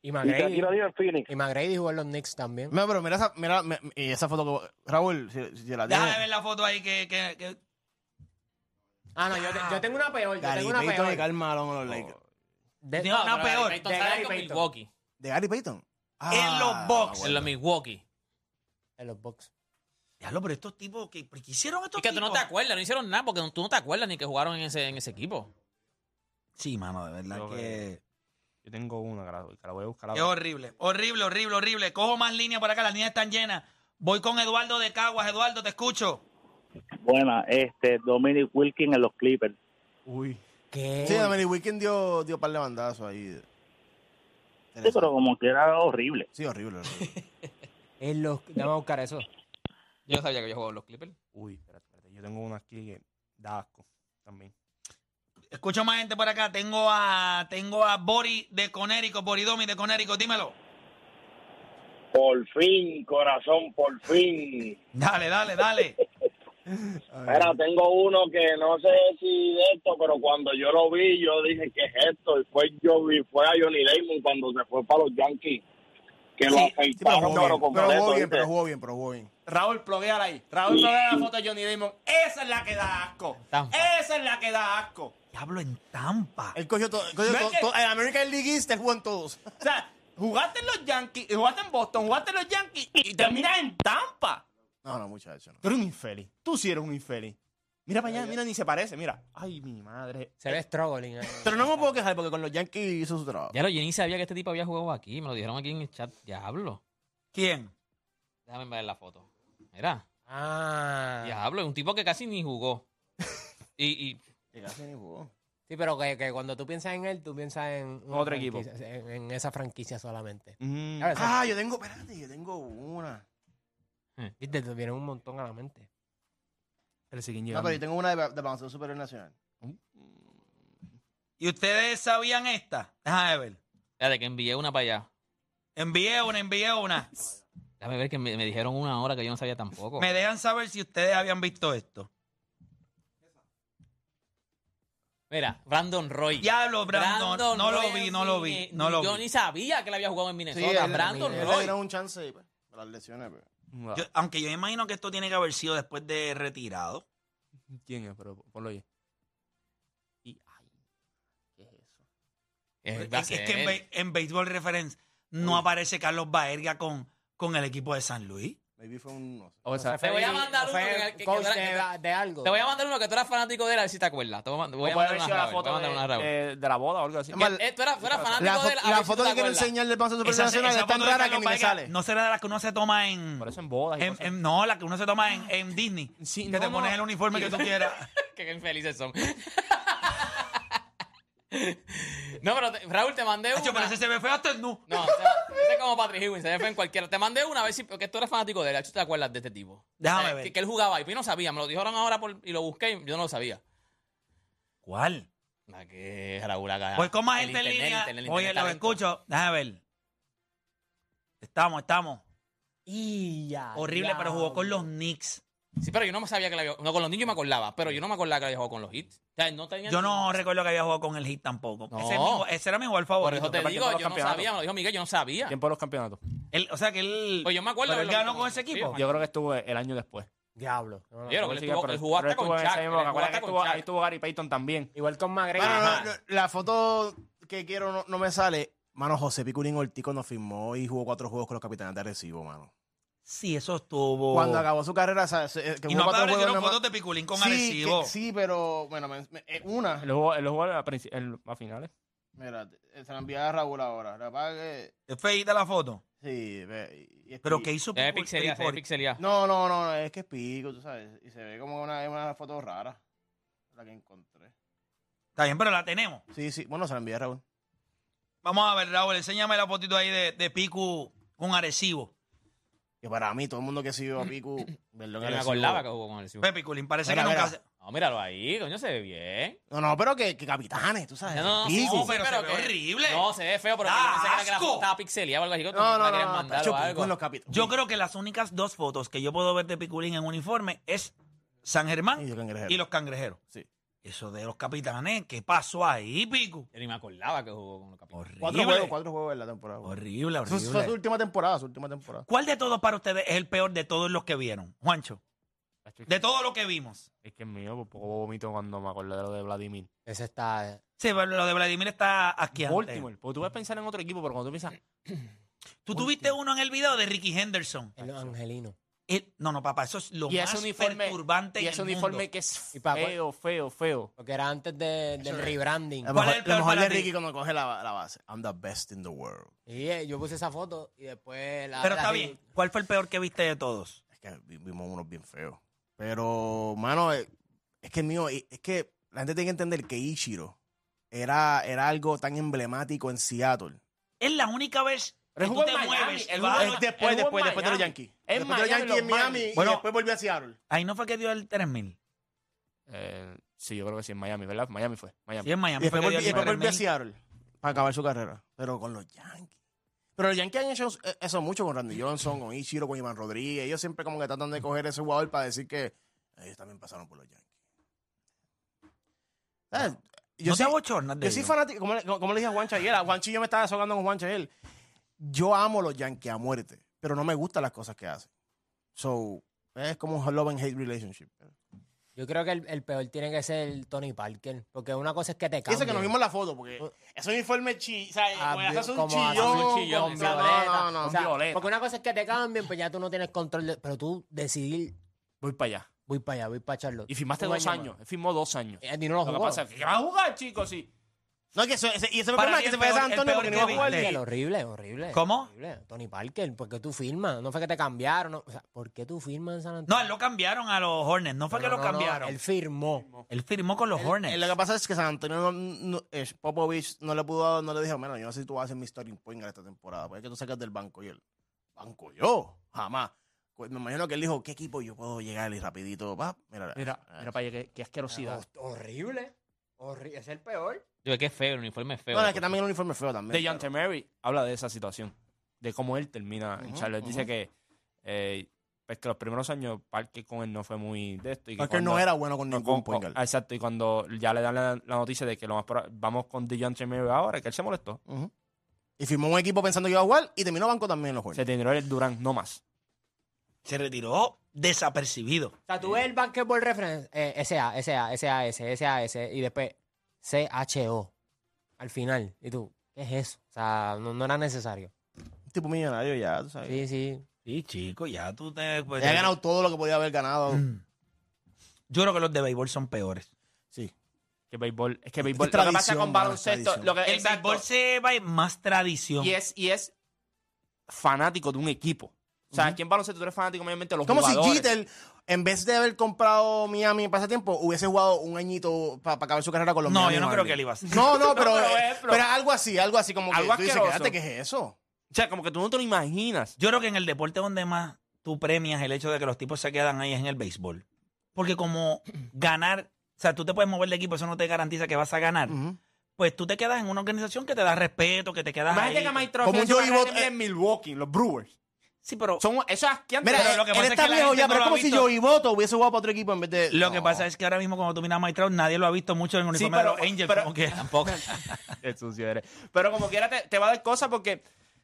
Speaker 3: Y
Speaker 5: Y te-
Speaker 3: McGrady,
Speaker 5: y lo digo en Phoenix.
Speaker 3: y McGrady jugó en los Knicks también.
Speaker 9: No, pero mira esa, mira, me- y esa foto que. Raúl, si, si la
Speaker 2: Déjame ver
Speaker 9: tienes.
Speaker 2: la foto ahí que... que- que-
Speaker 3: Ah, no, yo, te- yo tengo una peor. Yo tengo una
Speaker 9: Payton y
Speaker 3: peor.
Speaker 9: Karl Malone a los Lakers.
Speaker 3: De-
Speaker 2: Dios, no,
Speaker 4: pero
Speaker 2: peor.
Speaker 4: Peyton Ah,
Speaker 3: De
Speaker 4: sale
Speaker 3: Gary
Speaker 4: con
Speaker 3: Payton.
Speaker 4: Milwaukee.
Speaker 9: ¿De Gary Payton?
Speaker 5: Ah,
Speaker 2: En los Bucks.
Speaker 9: me
Speaker 4: En
Speaker 9: acuerdo.
Speaker 4: los Milwaukee.
Speaker 3: En los Bucks.
Speaker 2: Diablo, pero estos tipos, ¿qué, ¿por qué hicieron estos
Speaker 4: Es que tú
Speaker 2: tipos?
Speaker 4: no te acuerdas, no hicieron nada porque tú no te acuerdas ni que jugaron en ese, en ese equipo.
Speaker 2: Sí, mano, de verdad
Speaker 7: Yo
Speaker 2: que...
Speaker 7: Yo tengo una, que la, que la voy a buscar
Speaker 2: Es
Speaker 7: ahora.
Speaker 2: horrible, horrible, horrible, horrible. Cojo más líneas por acá, las líneas están llenas. Voy con Eduardo de Caguas. Eduardo, te escucho.
Speaker 8: Buena, este, Dominic Wilkins en los Clippers.
Speaker 9: Uy.
Speaker 3: ¿Qué?
Speaker 9: Sí, Dominic Weekend dio, dio par de bandazos ahí.
Speaker 8: Sí, pero como que era horrible.
Speaker 9: Sí, horrible. horrible.
Speaker 3: En los... Vamos a buscar eso.
Speaker 4: Yo no sabía que yo jugaba en los Clippers.
Speaker 7: Uy, espérate, espérate. Yo tengo una aquí que da asco también.
Speaker 2: Escucho más gente por acá. Tengo a tengo a Bori de Conérico, Boridomi de Conérico. Dímelo.
Speaker 5: Por fin, corazón, por fin.
Speaker 2: Dale, dale, dale.
Speaker 5: Mira, tengo uno que no sé si de esto, pero cuando yo lo vi, yo dije que es esto. Y fue, yo, vi- fue a Johnny Damon cuando se fue para los Yankees. Que lo
Speaker 9: Sí, pero
Speaker 5: afeitaron,
Speaker 9: jugó
Speaker 5: pero
Speaker 9: bien, pero
Speaker 5: completo.
Speaker 9: jugó bien,
Speaker 5: ¿viste?
Speaker 9: pero jugó bien, pero jugó bien.
Speaker 7: Raúl, plogueala ahí. Raúl, ploguea la foto de Johnny Damon. Esa es la que da asco.
Speaker 4: Tampa.
Speaker 7: Esa es la que da asco.
Speaker 2: Eh, Diablo en Tampa.
Speaker 9: Él cogió todo.
Speaker 7: No es que-
Speaker 9: el American League East él jugó en todos.
Speaker 7: O sea, jugaste en los Yankees, jugaste en Boston, jugaste en los Yankees y terminas en Tampa.
Speaker 9: No, no, muchacho. No.
Speaker 7: Tú eres un infeliz. Tú sí eres un infeliz. Mira para allá, mira, ni se parece. Mira. Ay, mi madre.
Speaker 3: Se ve struggling. eh.
Speaker 9: Pero no me puedo quejar porque con los Yankees hizo su trabajo.
Speaker 4: Ya lo, yo ni sabía que este tipo había jugado aquí. Me lo dijeron aquí en el chat. Diablo.
Speaker 2: ¿Quién?
Speaker 4: Déjame ver la foto. Mira.
Speaker 3: Ah.
Speaker 4: Diablo, es un tipo que casi ni jugó. Y, y
Speaker 3: Sí, pero que, que cuando tú piensas en él, tú piensas en... una
Speaker 7: Otro equipo.
Speaker 3: franquicia, En, en esa franquicia solamente.
Speaker 7: Mm.
Speaker 3: Ahora,
Speaker 9: Ah, yo tengo, espérate, yo tengo una.
Speaker 3: Viste, te vienen un montón a la mente.
Speaker 7: Pero siguen
Speaker 9: No,
Speaker 7: llegando.
Speaker 9: pero yo tengo una de, de baloncesto superior nacional.
Speaker 2: ¿Y ustedes sabían esta? Déjame ver.
Speaker 4: de que envié una para allá.
Speaker 2: Envié una, envié una.
Speaker 4: Déjame ver que me, me dijeron una hora que yo no sabía tampoco.
Speaker 2: Me dejan saber si ustedes habían visto esto.
Speaker 4: Mira, Brandon Roy.
Speaker 2: Diablo, Brandon. no lo
Speaker 4: Roy
Speaker 2: vi,
Speaker 4: en
Speaker 2: no lo
Speaker 4: Mine-
Speaker 2: vi, no lo
Speaker 4: Yo
Speaker 2: vi.
Speaker 4: ni sabía que él había jugado en
Speaker 9: él-
Speaker 4: Minnesota. Brandon
Speaker 9: él- él Le
Speaker 4: Roy.
Speaker 9: dieron un chance y, pues, las lesiones. Pero.
Speaker 7: Ah,
Speaker 2: Yo- aunque yo imagino que esto tiene que haber sido después de retirado.
Speaker 7: ¿Quién es? Pero ponlo ahí. Y, ay, ¿qué es eso?
Speaker 4: Eh, va a
Speaker 2: Es, es que
Speaker 4: ser.
Speaker 2: en, be- en Baseball Reference no aparece Carlos Baerga con, con el equipo de San Luis.
Speaker 9: Maybe fue un. No sé.
Speaker 7: O sea,
Speaker 4: Te voy a mandar uno
Speaker 3: Fue
Speaker 4: que- que-
Speaker 3: coach
Speaker 4: que-
Speaker 3: de, de algo.
Speaker 4: Te voy a mandar uno que tú eras fanático de él, a ver si te acuerdas. Te voy a, mand- voy a
Speaker 7: puede
Speaker 4: mandar
Speaker 7: haber
Speaker 4: una
Speaker 7: sido la
Speaker 4: Raúl, voy a
Speaker 7: foto
Speaker 4: mandar una Raúl.
Speaker 7: de, eh, de la boda o algo así.
Speaker 9: Es más,
Speaker 4: Eh, eh, tú eras, tú eras
Speaker 9: la,
Speaker 4: fanático
Speaker 9: fo-
Speaker 4: de él. a
Speaker 9: la
Speaker 4: ver si
Speaker 9: foto
Speaker 4: tú te
Speaker 9: que quiero
Speaker 4: acuerdas.
Speaker 9: enseñar del baloncesto superior
Speaker 2: Esa,
Speaker 9: nacional
Speaker 2: esa
Speaker 9: es tan
Speaker 2: foto de
Speaker 9: rara que
Speaker 2: Carlos
Speaker 9: ni me
Speaker 2: Baerga
Speaker 9: sale.
Speaker 2: No será la que uno se toma en.
Speaker 7: Por eso en bodas y
Speaker 2: en-
Speaker 7: cosas.
Speaker 2: en- no, la que uno se toma en, en Disney.
Speaker 7: Sí,
Speaker 2: que
Speaker 7: no,
Speaker 2: te
Speaker 7: no.
Speaker 2: pones el uniforme que tú quieras.
Speaker 4: Qué infelices son. no, pero te- Raúl, te mandé
Speaker 2: Hacho, pero
Speaker 4: una.
Speaker 2: ese se ve feo hasta el nu.
Speaker 4: No, o sea, ese es como Patrick Ewing, se ve feo en cualquiera. Te mandé una, a ver si porque tú eres fanático de él, a ver si te acuerdas de este tipo.
Speaker 2: Déjame
Speaker 4: Eh,
Speaker 2: ver.
Speaker 4: Que, que él jugaba ahí, pero yo no sabía. Me lo dijeron ahora por- y lo busqué y yo no lo sabía.
Speaker 2: ¿Cuál?
Speaker 4: La que Raúl acá.
Speaker 2: Pues con más
Speaker 4: El
Speaker 2: gente en
Speaker 4: internet,
Speaker 2: línea.
Speaker 4: internet, internet,
Speaker 2: Oye, lo
Speaker 4: talento.
Speaker 2: escucho. Déjame ver. Estamos, estamos.
Speaker 3: Y ya,
Speaker 2: Horrible,
Speaker 3: ya,
Speaker 2: pero jugó con los
Speaker 3: hombre.
Speaker 2: Knicks.
Speaker 4: Sí, pero yo no me sabía que la había. No, con los niños me acordaba, pero yo no me acordaba que la había jugado con los hits. O sea, no tenía
Speaker 2: Yo no
Speaker 4: ni-
Speaker 2: recuerdo que había jugado con el Heat tampoco.
Speaker 4: No.
Speaker 2: Ese, es mi ju- ese era mi jugador
Speaker 4: Por
Speaker 2: favorito.
Speaker 4: eso te
Speaker 7: Pero
Speaker 4: digo,
Speaker 7: ¿quién fue
Speaker 4: yo no
Speaker 7: los campeonatos?
Speaker 4: sabía, me lo dijo Miguel, yo no sabía.
Speaker 7: Tiempo de los campeonatos.
Speaker 2: Él- o sea que él.
Speaker 4: Pues yo me acuerdo
Speaker 2: pero él
Speaker 4: de lo
Speaker 2: ganó
Speaker 4: que-
Speaker 2: con ese
Speaker 4: sí,
Speaker 2: equipo.
Speaker 4: yo-
Speaker 7: Yo creo que estuve el año después.
Speaker 3: Diablo. No, no.
Speaker 4: Yo creo que él estuvo- él jugó hasta
Speaker 7: pero
Speaker 4: con
Speaker 7: él estuvo en ese
Speaker 4: Shaq,
Speaker 7: mismo,
Speaker 4: él jugó
Speaker 7: acuérdate
Speaker 4: hasta
Speaker 7: que
Speaker 4: con
Speaker 7: estuvo-
Speaker 4: Shaq.
Speaker 7: Ahí estuvo Gary Payton también.
Speaker 3: Igual con McGregor.
Speaker 9: Bueno,
Speaker 3: Ajá.
Speaker 9: no, no, la foto que quiero no, no me sale. Mano, José Piculín Ortico nos firmó y jugó cuatro juegos con los capitanes de Arecibo, mano.
Speaker 2: Sí, eso
Speaker 3: Oh.
Speaker 2: estuvo.
Speaker 9: Cuando acabó su carrera, sa- se- eh, que
Speaker 2: y
Speaker 9: jugó
Speaker 2: no
Speaker 9: cuatro
Speaker 2: aparecieron
Speaker 9: juegos nada
Speaker 2: fotos
Speaker 9: más.
Speaker 2: de Piculín con
Speaker 9: sí,
Speaker 2: Arecibo.
Speaker 9: que- sí, pero bueno, me- me- eh, una.
Speaker 7: Él jugó, él jugó a, princi- en- a finales.
Speaker 9: Mira, te- se la envía a Raúl ahora. La pague.
Speaker 2: Es feíta la foto.
Speaker 9: Sí, ve, y- y es
Speaker 2: Pero
Speaker 9: pi-
Speaker 2: que hizo
Speaker 4: Es
Speaker 2: por-
Speaker 4: pixelía,
Speaker 2: por-
Speaker 4: es pixelía.
Speaker 9: No, no, no, no, es que es pico, tú sabes. Y se ve como una, una foto rara. La que encontré.
Speaker 2: Está bien, pero la tenemos.
Speaker 9: Sí, sí. Bueno, se la envía a Raúl.
Speaker 2: Vamos a ver, Raúl, enséñame la fotito ahí de, de Piku con Arecibo.
Speaker 9: Que para mí, todo el mundo que siguió a Pico, verlo
Speaker 4: Yo
Speaker 9: que
Speaker 4: no me
Speaker 9: recibo-
Speaker 4: acordaba que jugó con el Cibu.
Speaker 2: Pepe Culín, parece
Speaker 9: Mira,
Speaker 2: que
Speaker 9: mira.
Speaker 2: nunca se...
Speaker 4: No, míralo ahí, coño, se ve bien.
Speaker 9: No, no, pero que, que capitanes, tú sabes.
Speaker 4: No, no, no,
Speaker 9: Pico.
Speaker 4: sí,
Speaker 2: No, pero se ve
Speaker 4: que-
Speaker 2: horrible.
Speaker 4: No, se ve feo, pero que yo
Speaker 2: Da
Speaker 4: pensé que era que la
Speaker 2: asco.
Speaker 4: foto estaba pixelía o algo así. que tú
Speaker 9: No,
Speaker 4: la
Speaker 9: no,
Speaker 4: querías
Speaker 9: no, no,
Speaker 4: mandar
Speaker 9: tacho,
Speaker 4: o
Speaker 9: Pico
Speaker 4: algo.
Speaker 9: en los capítulos.
Speaker 2: Yo creo que las únicas dos fotos que yo puedo ver de Piculín en uniforme es San
Speaker 9: Y
Speaker 2: Germán
Speaker 9: yo cangrejero.
Speaker 2: y los cangrejeros.
Speaker 9: Sí.
Speaker 2: Eso de los capitanes, ¿qué pasó ahí, Piku?
Speaker 4: Yo ni me acordaba que jugó con los capítulos.
Speaker 2: Horrible.
Speaker 9: Cuatro juegos, cuatro juegos en la temporada.
Speaker 2: Horrible,
Speaker 9: Eso fue su
Speaker 2: horrible.
Speaker 9: última temporada, su última temporada.
Speaker 2: ¿Cuál de todos para ustedes es el peor de todos los que vieron, Juancho? De todo lo que vimos.
Speaker 10: Es que es mío, por poco vomito cuando me acordé de lo de Vladimir.
Speaker 3: Ese está.
Speaker 2: Sí, pero lo de Vladimir está aquí
Speaker 10: Baltimore, porque tú vas a pensar en otro equipo, pero cuando tú piensas,
Speaker 2: Tú tuviste uno en el video de Ricky Henderson.
Speaker 3: El angelino.
Speaker 2: Eh, no, no, papá, eso es lo
Speaker 10: y
Speaker 2: más
Speaker 10: ese uniforme,
Speaker 2: perturbante
Speaker 10: y
Speaker 2: en
Speaker 10: ese
Speaker 2: el
Speaker 10: uniforme
Speaker 2: mundo.
Speaker 10: que es
Speaker 3: Y pa' cuál-
Speaker 10: feo, feo, feo.
Speaker 3: Porque era antes de- del rebranding.
Speaker 9: Lo
Speaker 2: ¿Cuál es
Speaker 9: mejor,
Speaker 2: el
Speaker 9: lo
Speaker 2: peor
Speaker 9: mejor
Speaker 2: para
Speaker 9: de
Speaker 2: ti?
Speaker 9: Ricky cuando coge la, la base. I'm the best in the world.
Speaker 3: Y eh, yo puse esa foto y después la.
Speaker 2: Pero
Speaker 3: la-
Speaker 2: está bien. ¿Cuál fue el peor que viste de todos?
Speaker 9: Es que vi- vimos unos bien feos. Pero, mano, eh, es que el mío, eh, es que la gente tiene que entender que Ichiro era, era algo tan emblemático en Seattle.
Speaker 2: Es la única vez que
Speaker 9: Pero
Speaker 2: tú
Speaker 9: jugó en
Speaker 2: te
Speaker 9: Miami,
Speaker 2: mueves.
Speaker 9: él
Speaker 2: y
Speaker 9: jugó
Speaker 2: vas-
Speaker 9: en- después,
Speaker 10: él jugó
Speaker 9: después,
Speaker 10: en
Speaker 9: después de los
Speaker 10: Miami.
Speaker 9: Yankees.
Speaker 10: En
Speaker 9: después de los
Speaker 10: Miami,
Speaker 9: Yankees en
Speaker 10: los
Speaker 9: Miami
Speaker 10: Marlins.
Speaker 9: y
Speaker 2: Bueno.
Speaker 9: después volvió a Seattle.
Speaker 2: Ahí no fue que dio el 3000.
Speaker 10: Eh, sí, yo creo que sí, en Miami, ¿verdad? Miami fue, Miami.
Speaker 2: Sí, en
Speaker 9: Y
Speaker 2: Miami fue que
Speaker 9: después
Speaker 2: dio
Speaker 9: volvió,
Speaker 2: el
Speaker 9: y después volvió a
Speaker 2: 3000.
Speaker 9: Seattle para acabar su carrera. Pero con los Yankees. Pero los Yankees han hecho eh, eso mucho con Randy Johnson, con Ichiro, con Iván Rodríguez. Ellos siempre como que tratan de coger ese jugador para decir que ellos también pasaron por los Yankees. ¿Sabes? Yo
Speaker 2: No te
Speaker 9: soy-
Speaker 2: abochornas de
Speaker 9: Yo soy
Speaker 2: ellos.
Speaker 9: fanático, como, le- como le dije a Juancho ayer, a Juancho y yo me estaba sogando con Juancho ayer. Yo amo los Yankees a muerte, pero no me gustan las cosas que hacen. So, es como un love and hate relationship.
Speaker 3: Yo creo que el, el peor tiene que ser el Tony Parker. Porque una cosa es que te
Speaker 9: Y
Speaker 3: cambia.
Speaker 9: eso que nos vimos la foto, porque ese uniforme chi, o sea,
Speaker 3: Ah,
Speaker 9: como haces un
Speaker 3: como haces
Speaker 9: chillón,
Speaker 4: un chillón,
Speaker 9: con-
Speaker 4: sí.
Speaker 9: no,
Speaker 3: Violeta.
Speaker 9: no, no,
Speaker 3: O sea,
Speaker 10: violeta.
Speaker 3: Porque una cosa es que te cambien, pues ya tú no tienes control. de- pero tú decidir,
Speaker 10: Voy para allá.
Speaker 3: voy para allá, voy para Charlotte.
Speaker 10: Y firmaste
Speaker 3: Un
Speaker 10: dos
Speaker 3: año
Speaker 10: años, él firmó dos años.
Speaker 3: más. Eh, ni no lo
Speaker 10: Lo que
Speaker 3: jugó.
Speaker 10: pasa es
Speaker 7: ¿Qué va a jugar, chicos? Sí.
Speaker 9: No, que eso, ese- y ese fue
Speaker 2: Para
Speaker 9: el problema
Speaker 2: mí
Speaker 9: que
Speaker 2: el
Speaker 9: se fue a
Speaker 2: peor- el
Speaker 9: San Antonio
Speaker 2: peor
Speaker 9: porque no
Speaker 2: que
Speaker 9: iba a jugar.
Speaker 2: viste.
Speaker 3: Horrible, horrible, horrible.
Speaker 2: ¿Cómo?
Speaker 3: Horrible. Tony Parker, ¿por qué tú firmas? No fue que te cambiaron. No, o sea, ¿por qué tú firmas en San Antonio?
Speaker 2: No, él lo cambiaron a los Hornets. No fue que
Speaker 3: No,
Speaker 2: lo
Speaker 3: no, no,
Speaker 2: cambiaron.
Speaker 3: él firmó.
Speaker 2: Él firmó con los Hornets.
Speaker 9: Eh, Lo que pasa es que San Antonio no, no- eh, Popovich no le pudo, no le dijo, mira, yo no sé si tú vas a ser mi starting point en esta temporada, porque es que tú sacas del banco y él, banco yo, jamás. Pues me imagino que él dijo, ¿qué equipo yo puedo llegar y rapidito? Va, mira,
Speaker 10: Mira,
Speaker 9: eh,
Speaker 10: mira para allá, qué, qué asquerosidad.
Speaker 3: Hor- Horrible. Horrible. Es el peor.
Speaker 4: Yo, que es feo, el uniforme es feo.
Speaker 9: No, es que también el uniforme es feo también.
Speaker 10: De
Speaker 9: claro.
Speaker 10: Jante Mary habla de esa situación, de cómo él termina en
Speaker 9: Ujú,
Speaker 10: Charlotte. Dice
Speaker 9: ujú.
Speaker 10: que, eh, pues que los primeros años Parker con él no fue muy de esto. Y que
Speaker 9: Porque él no
Speaker 10: cuando-
Speaker 9: era bueno con
Speaker 10: no,
Speaker 9: ningún
Speaker 10: con-
Speaker 9: point
Speaker 10: con-
Speaker 9: guard.
Speaker 10: ah, Exacto, y cuando ya le dan la, la noticia de que lo más proba- vamos con DeJounte Murray ahora, que él se molestó.
Speaker 9: Ujú. Y firmó un equipo pensando que iba a jugar y terminó banco también en los
Speaker 10: Se
Speaker 9: juegos.
Speaker 10: tendrá el Durán, no más.
Speaker 2: Se retiró desapercibido.
Speaker 3: O sea, tú ves el basketball reference. Eh, SA, SA, SAS, SAS. Y después CHO. Al final. Y tú, ¿qué es eso? O sea, no, no era necesario.
Speaker 9: Un tipo millonario ya, tú sabes.
Speaker 3: Sí, sí.
Speaker 2: Sí, chico, ya tú te. pues,
Speaker 9: Ya ha ganado todo lo que podía haber ganado.
Speaker 2: Mm. Yo creo que los de béisbol son peores.
Speaker 9: Sí.
Speaker 10: Que béisbol, es que béisbol.
Speaker 9: tra-
Speaker 10: la-
Speaker 9: tradición,
Speaker 7: lo que pasa con
Speaker 9: mano,
Speaker 7: baloncesto,
Speaker 9: tradición.
Speaker 7: lo que,
Speaker 2: El
Speaker 7: exacto.
Speaker 2: béisbol se va en más tradición.
Speaker 10: y es, y es fanático de un equipo. O sea,
Speaker 9: Ujú.
Speaker 10: aquí en baloncesto tú eres fanático mayormente de los
Speaker 9: Como
Speaker 10: jugadores.
Speaker 9: si Jeter, en vez de haber comprado Miami en pasatiempo, hubiese jugado un añito para acabar su carrera con los
Speaker 2: No,
Speaker 9: Miami
Speaker 2: yo no creo
Speaker 9: Marlins.
Speaker 2: que él iba a hacer.
Speaker 9: No, no, pero,
Speaker 10: pero
Speaker 9: eh,
Speaker 10: es, pero-
Speaker 9: pero, algo así, algo así como que
Speaker 10: Algo
Speaker 9: tú dices,
Speaker 10: asqueroso.
Speaker 9: "Quédate, ¿qué es eso?
Speaker 10: O sea, como que tú no te lo imaginas.
Speaker 2: Yo creo que en el deporte donde más tú premias el hecho de que los tipos se quedan ahí es en el béisbol. Porque como ganar, o sea, tú te puedes mover de equipo, eso no te garantiza que vas a ganar.
Speaker 9: Mm.
Speaker 2: Pues tú te quedas en una organización que te da respeto, que te quedas ahí.
Speaker 7: Imagínate que Mike Trout
Speaker 9: Como
Speaker 7: tiene
Speaker 9: un
Speaker 7: su
Speaker 9: Joey
Speaker 7: carrera
Speaker 9: Bot-
Speaker 7: de
Speaker 9: eh,
Speaker 7: NBA.
Speaker 10: Milwaukee, los Brewers.
Speaker 2: Sí, pero
Speaker 10: Son, eso es asqueante.
Speaker 9: Mira,
Speaker 2: Pero lo
Speaker 9: eh,
Speaker 2: que
Speaker 9: él
Speaker 2: pasa es
Speaker 9: está
Speaker 2: que la
Speaker 9: viejo
Speaker 2: gente
Speaker 9: ya,
Speaker 2: no
Speaker 9: pero
Speaker 2: lo
Speaker 9: es
Speaker 2: ha
Speaker 9: como si
Speaker 2: visto.
Speaker 9: Joey Boto hubiese jugado para otro equipo en vez de...
Speaker 2: lo
Speaker 9: No.
Speaker 2: que pasa es que ahora mismo cuando tú miras a Mike Trout, nadie lo ha visto mucho en el uniforme
Speaker 7: pero-
Speaker 2: de los Angels.
Speaker 7: pero-
Speaker 2: como que-
Speaker 4: Tampoco.
Speaker 10: Qué eh, sucio eres.
Speaker 7: Pero como quiera te, te va a dar cosas porque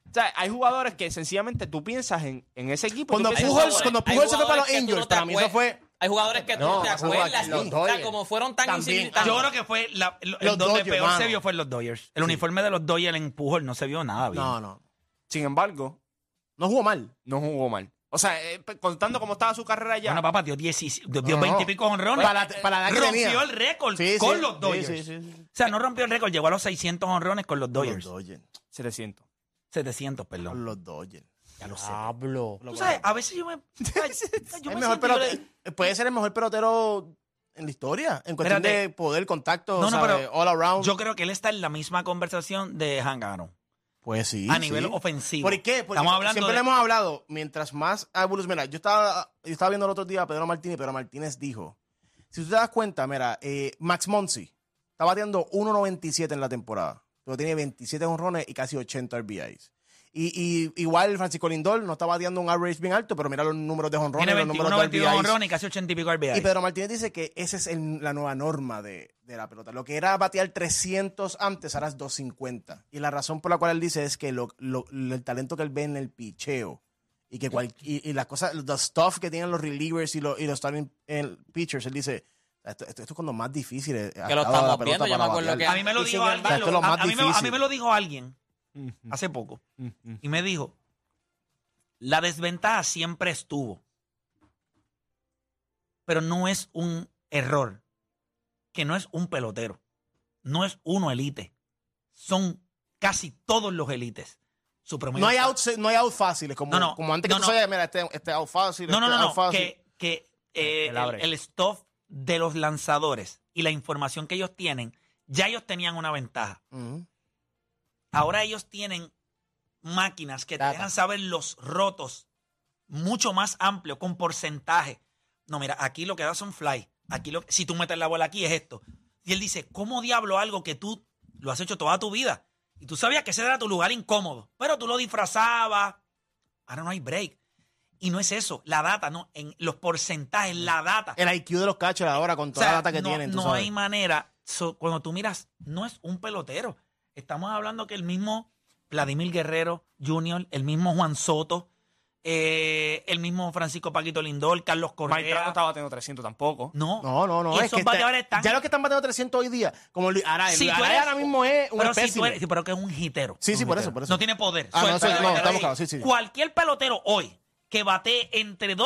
Speaker 10: O sea, hay jugadores que sencillamente tú piensas en, en ese equipo.
Speaker 9: Cuando
Speaker 10: tú piensas-
Speaker 9: Pujols-
Speaker 4: jugadores-
Speaker 9: cuando
Speaker 4: hay
Speaker 9: Pujols se fue para los
Speaker 4: jugadores que tú
Speaker 9: Angels,
Speaker 4: no te
Speaker 9: para mí eso
Speaker 4: acuer-
Speaker 9: fue-
Speaker 4: Hay jugadores que tú
Speaker 3: No,
Speaker 4: no te
Speaker 3: eso fue
Speaker 4: acuerdas.
Speaker 3: aquí, los
Speaker 4: o sea,
Speaker 3: Dodgers.
Speaker 4: como fueron tan
Speaker 9: También,
Speaker 4: insignificantes.
Speaker 2: Yo creo que fue la- el-
Speaker 9: Los
Speaker 2: donde
Speaker 9: Dodgers,
Speaker 2: peor
Speaker 9: mano.
Speaker 2: se vio fue en los Dodgers. El uniforme de los Dodgers en Pujol no se vio nada bien.
Speaker 9: No, no.
Speaker 10: Sin embargo,
Speaker 9: No jugó mal.
Speaker 10: no jugó mal.
Speaker 7: O sea, eh,
Speaker 10: pues,
Speaker 7: pe- contando cómo estaba su carrera ya.
Speaker 2: Bueno, papá, dio, 10 dio dio
Speaker 9: No,
Speaker 2: 20 y
Speaker 9: no.
Speaker 2: pico honrones.
Speaker 9: Para la- para la edad que
Speaker 2: eh, rompió
Speaker 9: tenía.
Speaker 2: el récord
Speaker 9: Sí,
Speaker 2: con
Speaker 9: sí,
Speaker 2: los
Speaker 9: sí,
Speaker 2: Dodgers.
Speaker 9: sí, sí, sí.
Speaker 2: O sea, no rompió el récord, llegó a los 600 honrones con los Dodgers.
Speaker 9: Los Dodgers.
Speaker 10: 700.
Speaker 2: 700, perdón.
Speaker 9: Los Dodgers.
Speaker 2: Ya lo sé.
Speaker 3: Pablo.
Speaker 2: Tú sabes, a veces yo me. ay, yo
Speaker 9: El
Speaker 2: me
Speaker 9: mejor
Speaker 2: siento- yo le-
Speaker 9: pelote- puede ser el mejor pelotero en la historia, en cuestión
Speaker 2: Espérate.
Speaker 9: de poder, contacto,
Speaker 2: No, no,
Speaker 9: ¿sabe?
Speaker 2: pero
Speaker 9: all around.
Speaker 2: Yo creo que él está en la misma conversación de Hangano
Speaker 9: pues sí.
Speaker 2: a nivel
Speaker 9: sí.
Speaker 2: ofensivo.
Speaker 9: ¿Por qué? Porque
Speaker 2: Estamos hablando
Speaker 9: siempre
Speaker 2: de-
Speaker 9: le hemos hablado, mientras más ha evolucionado. Mira, yo estaba, yo estaba viendo el otro día a Pedro Martínez, Pedro Martínez dijo, si tú te das cuenta, mira, eh, Max Monsi está bateando 1.97 en la temporada, pero tiene 27 honrones y casi 80 RBIs. Y, y igual Francisco Lindor no está bateando un average bien alto, pero mira los números de honrones,
Speaker 2: Tiene
Speaker 9: los
Speaker 2: 21,
Speaker 9: números de
Speaker 2: 22
Speaker 9: RBIs.
Speaker 2: honrones y casi 80 y pico RBI.
Speaker 9: Y Pedro Martínez dice que esa es el- la nueva norma de, de la pelota. Lo que era batear 300 antes, ahora es 250. Y la razón por la cual él dice es que lo- lo- el talento que él ve en el picheo y que cual- y, y las cosas, the stuff que tienen los relievers y, los- y los starting eh, pitchers, él dice, esto, esto- esto es cuando más difícil es
Speaker 4: Que lo estamos viendo, yo me acuerdo
Speaker 2: a mí me lo
Speaker 9: y sin
Speaker 2: dijo alguien.
Speaker 9: embargo,
Speaker 2: lo-
Speaker 9: lo
Speaker 2: a,
Speaker 9: más
Speaker 2: a mí me, a mí
Speaker 9: difícil.
Speaker 2: me lo dijo alguien
Speaker 10: Ujú,
Speaker 2: hace poco.
Speaker 10: ujú.
Speaker 2: Y me dijo: La desventaja siempre estuvo. Pero no es un error. Que no es un pelotero. No es uno elite. Son casi todos los elites. Su promedio
Speaker 9: No hay,
Speaker 2: está-
Speaker 9: outs- no hay out fáciles, como,
Speaker 2: No, no.
Speaker 9: como antes
Speaker 2: No,
Speaker 9: que tú
Speaker 2: no.
Speaker 9: sabías, mira, este, este out fácil,
Speaker 2: No, no,
Speaker 9: este
Speaker 2: no,
Speaker 9: out
Speaker 2: no,
Speaker 9: fácil.
Speaker 2: Que, que, eh,
Speaker 10: El
Speaker 2: el,
Speaker 10: abre.
Speaker 2: el stuff de los lanzadores y la información que ellos tienen, ya ellos tenían una ventaja.
Speaker 9: Ujú.
Speaker 2: Ahora ellos tienen máquinas que te
Speaker 3: Data.
Speaker 2: dejan saber los rotos mucho más amplio, con porcentaje. No, mira, aquí lo que da son fly. Aquí lo, si tú metes la bola aquí es esto. Y él dice, ¿cómo diablo algo que tú lo has hecho toda tu vida? Y tú sabías que ese era tu lugar incómodo, pero tú lo disfrazabas. Ahora no hay break. Y no es eso, la data, no, en los porcentajes, la data.
Speaker 9: El IQ de los cachos ahora con
Speaker 2: O
Speaker 9: toda
Speaker 2: sea,
Speaker 9: la data que
Speaker 2: no,
Speaker 9: tienen. tú
Speaker 2: no
Speaker 9: sabes.
Speaker 2: hay manera. So, cuando tú miras, no es un pelotero. Estamos hablando que el mismo Vladimir Guerrero Jr., el mismo Juan Soto, eh, el mismo Francisco Paquito Lindor, Carlos
Speaker 10: Mike Trout no
Speaker 2: Correa.
Speaker 10: estaba teniendo 300 tampoco.
Speaker 2: No,
Speaker 9: No, no, no.
Speaker 2: Y
Speaker 9: es
Speaker 2: esos
Speaker 9: que está-
Speaker 2: bateadores están-
Speaker 9: Ya los que están bateando 300 hoy día, como Luis Araya.
Speaker 2: Si
Speaker 9: Luis
Speaker 2: tú
Speaker 9: Araya
Speaker 2: eres-
Speaker 9: ahora mismo es un
Speaker 2: pero, si tú
Speaker 9: espécimen.
Speaker 2: eres- pero que es un jitero.
Speaker 9: Sí, sí,
Speaker 10: un
Speaker 9: por
Speaker 10: hitero.
Speaker 9: eso, por eso.
Speaker 2: No tiene poder.
Speaker 9: Ah, no,
Speaker 2: Suelta
Speaker 9: eso-
Speaker 2: la
Speaker 9: no,
Speaker 2: pelota
Speaker 9: estamos
Speaker 2: ahí.
Speaker 9: claros, sí, sí.
Speaker 2: Cualquier pelotero hoy que batee entre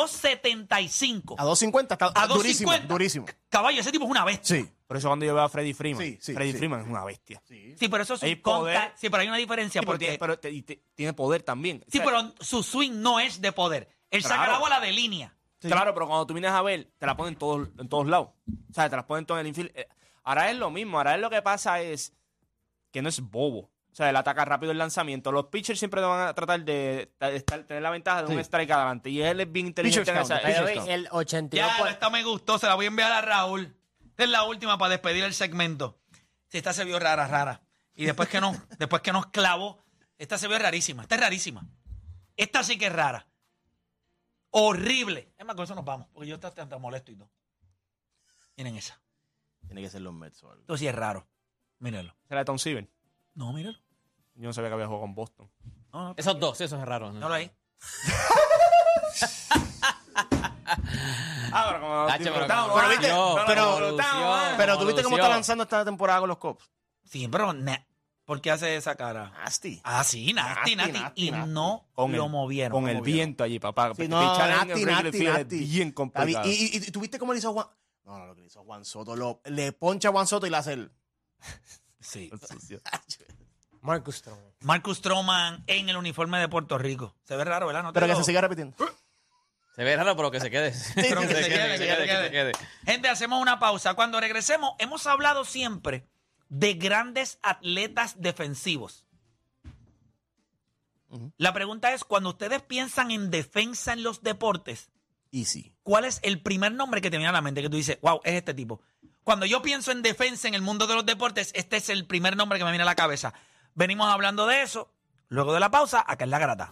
Speaker 2: 2.75
Speaker 9: A 250 está
Speaker 2: a
Speaker 9: durísimo,
Speaker 2: 2.50.
Speaker 9: durísimo.
Speaker 2: Caballo, ese tipo es una bestia.
Speaker 9: Sí.
Speaker 10: Por eso cuando yo veo a Freddy Freeman,
Speaker 9: Sí, sí,
Speaker 10: Freddy
Speaker 9: sí.
Speaker 10: Freeman es una bestia.
Speaker 2: Sí, pero eso es
Speaker 10: Hay
Speaker 2: un contact-
Speaker 10: poder.
Speaker 2: Sí, pero hay una diferencia
Speaker 10: Sí, pero
Speaker 2: porque
Speaker 10: tiene, pero te- y te- tiene poder también.
Speaker 2: Sí,
Speaker 10: O sea,
Speaker 2: pero su swing no es de poder. Él saca
Speaker 10: Claro.
Speaker 2: la bola de línea.
Speaker 10: Claro, pero cuando tú vienes a ver, te la ponen en todos, en todos lados. O sea, te la ponen todo en el infield. Eh, Ahora es lo mismo. Ahora es lo que pasa es que no es bobo. O sea, él ataca rápido el lanzamiento. Los pitchers siempre van a tratar de, de estar- tener la ventaja de un
Speaker 9: Sí.
Speaker 10: strike adelante. Y él es bien inteligente
Speaker 9: Pitchers
Speaker 10: en esa.
Speaker 9: count, pitchers
Speaker 10: Ey,
Speaker 9: count.
Speaker 3: El 82%.
Speaker 2: Ya, esta me gustó. Se la voy a enviar a Raúl. Esta es la última para despedir el segmento. Sí, esta se vio rara, rara. Y después que nos, después que nos clavó, esta se vio rarísima. Esta es rarísima. Esta sí que es rara. Horrible. Es más, con eso nos vamos. Porque yo estoy tan molesto y todo. Miren esa.
Speaker 9: Tiene que ser los Mets o algo.
Speaker 2: Esto sí es raro. Mírenlo.
Speaker 10: ¿Será de Tom Seaver?
Speaker 2: No, mírenlo.
Speaker 10: Yo no sabía que había jugado con Boston.
Speaker 2: No, no.
Speaker 4: Esos dos, sí, esos es raro. ¿no?
Speaker 2: Míralo ahí.
Speaker 10: Ah, pero como
Speaker 4: Tacho, pero
Speaker 10: disfrutamos,
Speaker 4: como-
Speaker 10: ¿no?
Speaker 9: viste,
Speaker 4: Dios,
Speaker 9: pero- pero-
Speaker 4: evolución,
Speaker 9: Pero tú viste cómo está
Speaker 4: evolución.
Speaker 9: lanzando esta temporada con los Cops.
Speaker 2: Sí, pero... na- ¿Por qué hace esa cara?
Speaker 9: Nasty.
Speaker 2: Ah, sí, nasty,
Speaker 9: Nasty,
Speaker 2: nasty.
Speaker 9: nasty,
Speaker 2: y
Speaker 9: nasty.
Speaker 2: no
Speaker 10: Con
Speaker 2: lo
Speaker 10: el-
Speaker 2: movieron.
Speaker 10: Con
Speaker 2: No
Speaker 10: el
Speaker 2: movieron.
Speaker 10: viento allí, papá.
Speaker 9: Sí,
Speaker 10: Pichar
Speaker 9: no,
Speaker 10: en
Speaker 9: nasty,
Speaker 10: el regular
Speaker 9: nasty,
Speaker 10: field es
Speaker 9: nasty.
Speaker 10: bien
Speaker 9: Está bien.
Speaker 10: complicado.
Speaker 9: Y, y- y tú viste cómo le hizo Juan. No, no, lo que le hizo Juan Soto. lo- le poncha a Juan Soto y le hace el.
Speaker 2: Sí.
Speaker 3: Marcus Stroman.
Speaker 2: Marcus Stroman en el uniforme de Puerto Rico. Se ve raro, ¿verdad? No te
Speaker 9: Pero que
Speaker 2: lo-
Speaker 9: se siga repitiendo.
Speaker 4: Se ve raro, pero que se quede.
Speaker 2: Pero que se quede,
Speaker 4: que se
Speaker 2: que se
Speaker 4: quede, que se
Speaker 2: quede.
Speaker 4: quede.
Speaker 2: Gente, hacemos una pausa. Cuando regresemos, hemos hablado siempre de grandes atletas defensivos. La pregunta es, cuando ustedes piensan en defensa en los deportes,
Speaker 9: Easy.
Speaker 2: ¿cuál es el primer nombre que te viene a la mente que tú dices, wow, es este tipo? Cuando yo pienso en defensa en el mundo de los deportes, este es el primer nombre que me viene a la cabeza. Venimos hablando de eso. Luego de la pausa, acá en La Grata.